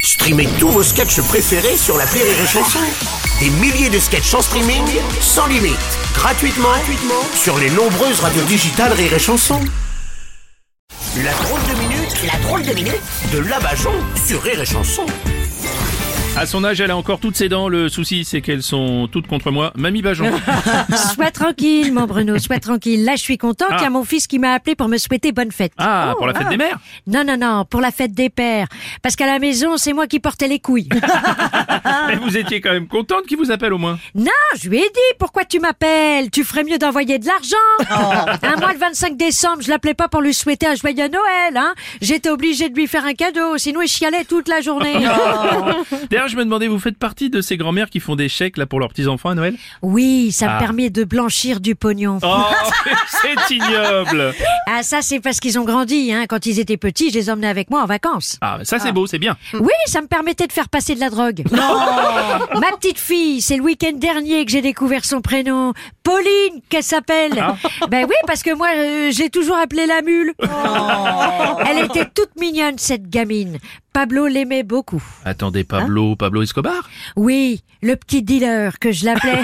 Streamez tous vos sketchs préférés sur la Rire et Chanson. Des milliers de sketchs en streaming, sans limite, gratuitement, gratuitement sur les nombreuses radios digitales Rire et Chanson. La drôle de minute, la drôle de minute de Labajon sur Rire et Chanson. À son âge, elle a encore toutes ses dents. Le souci, c'est qu'elles sont toutes contre moi. Mamie Bajon. Sois tranquille, mon Bruno, sois tranquille. Là, je suis content Ah. qu'il y a mon fils qui m'a appelé pour me souhaiter bonne fête. Ah, pour la fête des mères. Non, non, non, pour la fête des pères. Parce qu'à la maison, c'est moi qui portais les couilles. Mais vous étiez quand même contente qu'il vous appelle au moins. non, je lui ai dit, pourquoi tu m'appelles Tu ferais mieux d'envoyer de l'argent. Oh. Un mois le 25 décembre, je l'appelais pas pour lui souhaiter un joyeux Noël. Hein. J'étais obligée de lui faire un cadeau, sinon il chialait toute la journée. Oh. D'ailleurs, je me demandais, vous faites partie de ces grand-mères qui font des chèques là pour leurs petits-enfants à Noël Oui, ça Ah. me permet de blanchir du pognon. Oh, c'est ignoble. Ah, ça, c'est parce qu'ils ont grandi. Hein. Quand ils étaient petits, je les emmenais avec moi en vacances. Ah, ça c'est beau, c'est bien. Oui, ça me permettait de faire passer de la drogue. Ma petite fille, c'est le week-end dernier que j'ai découvert son prénom. Pauline, qu'elle s'appelle. Ah. Ben oui, parce que moi, euh, j'ai toujours appelé la mule. Oh. Elle était toute mignonne, cette gamine. Pablo l'aimait beaucoup. Attendez, Pablo, Pablo Escobar Oui, le petit dealer que je l'appelais.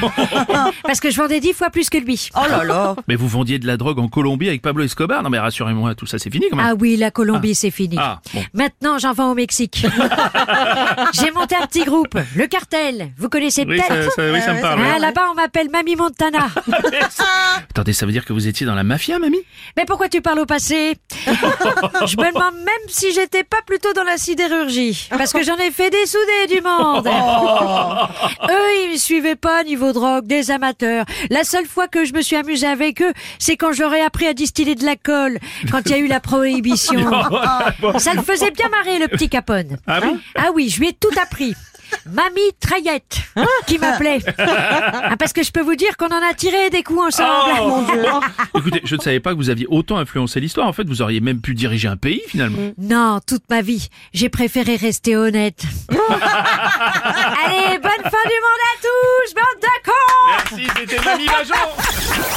parce que je vendais dix fois plus que lui. Ah, Mais vous vendiez de la drogue en Colombie avec Pablo Escobar Non mais rassurez-moi, tout ça c'est fini quand même. Ah oui, la Colombie, c'est fini. Ah, bon. Maintenant, j'en vends au Mexique. J'ai monté un petit groupe, le cartel. Vous connaissez oui, ça, peut-être ça- oui, ça me parle. Ah, ouais. là-bas, on m'appelle Mamie Montana. Attendez, ça veut dire que vous étiez dans la mafia, mamie Mais pourquoi tu parles au passé Je me demande même si j'étais pas plutôt dans la sidérurgie. Parce que j'en ai fait des soudés du monde. Oh. Eux, ils me suivaient pas niveau drogue, des amateurs. La seule fois que je me suis amusée avec eux, c'est quand j'aurais appris à distiller de la colle, quand il y a eu la prohibition. Ça le faisait bien marrer, le petit Capone. Ah bon Ah oui, je lui ai tout appris. Mamie Traillette, Hein qui m'appelait. Ah, parce que je peux vous dire qu'on en a tiré des coups ensemble. Oh, Écoutez, je ne savais pas que vous aviez autant influencé l'histoire. En fait, vous auriez même pu diriger un pays finalement. Mm. Non, toute ma vie, j'ai préféré rester honnête. Allez, bonne fin du monde à tous, bande de cons Merci, c'était Mamie Bajon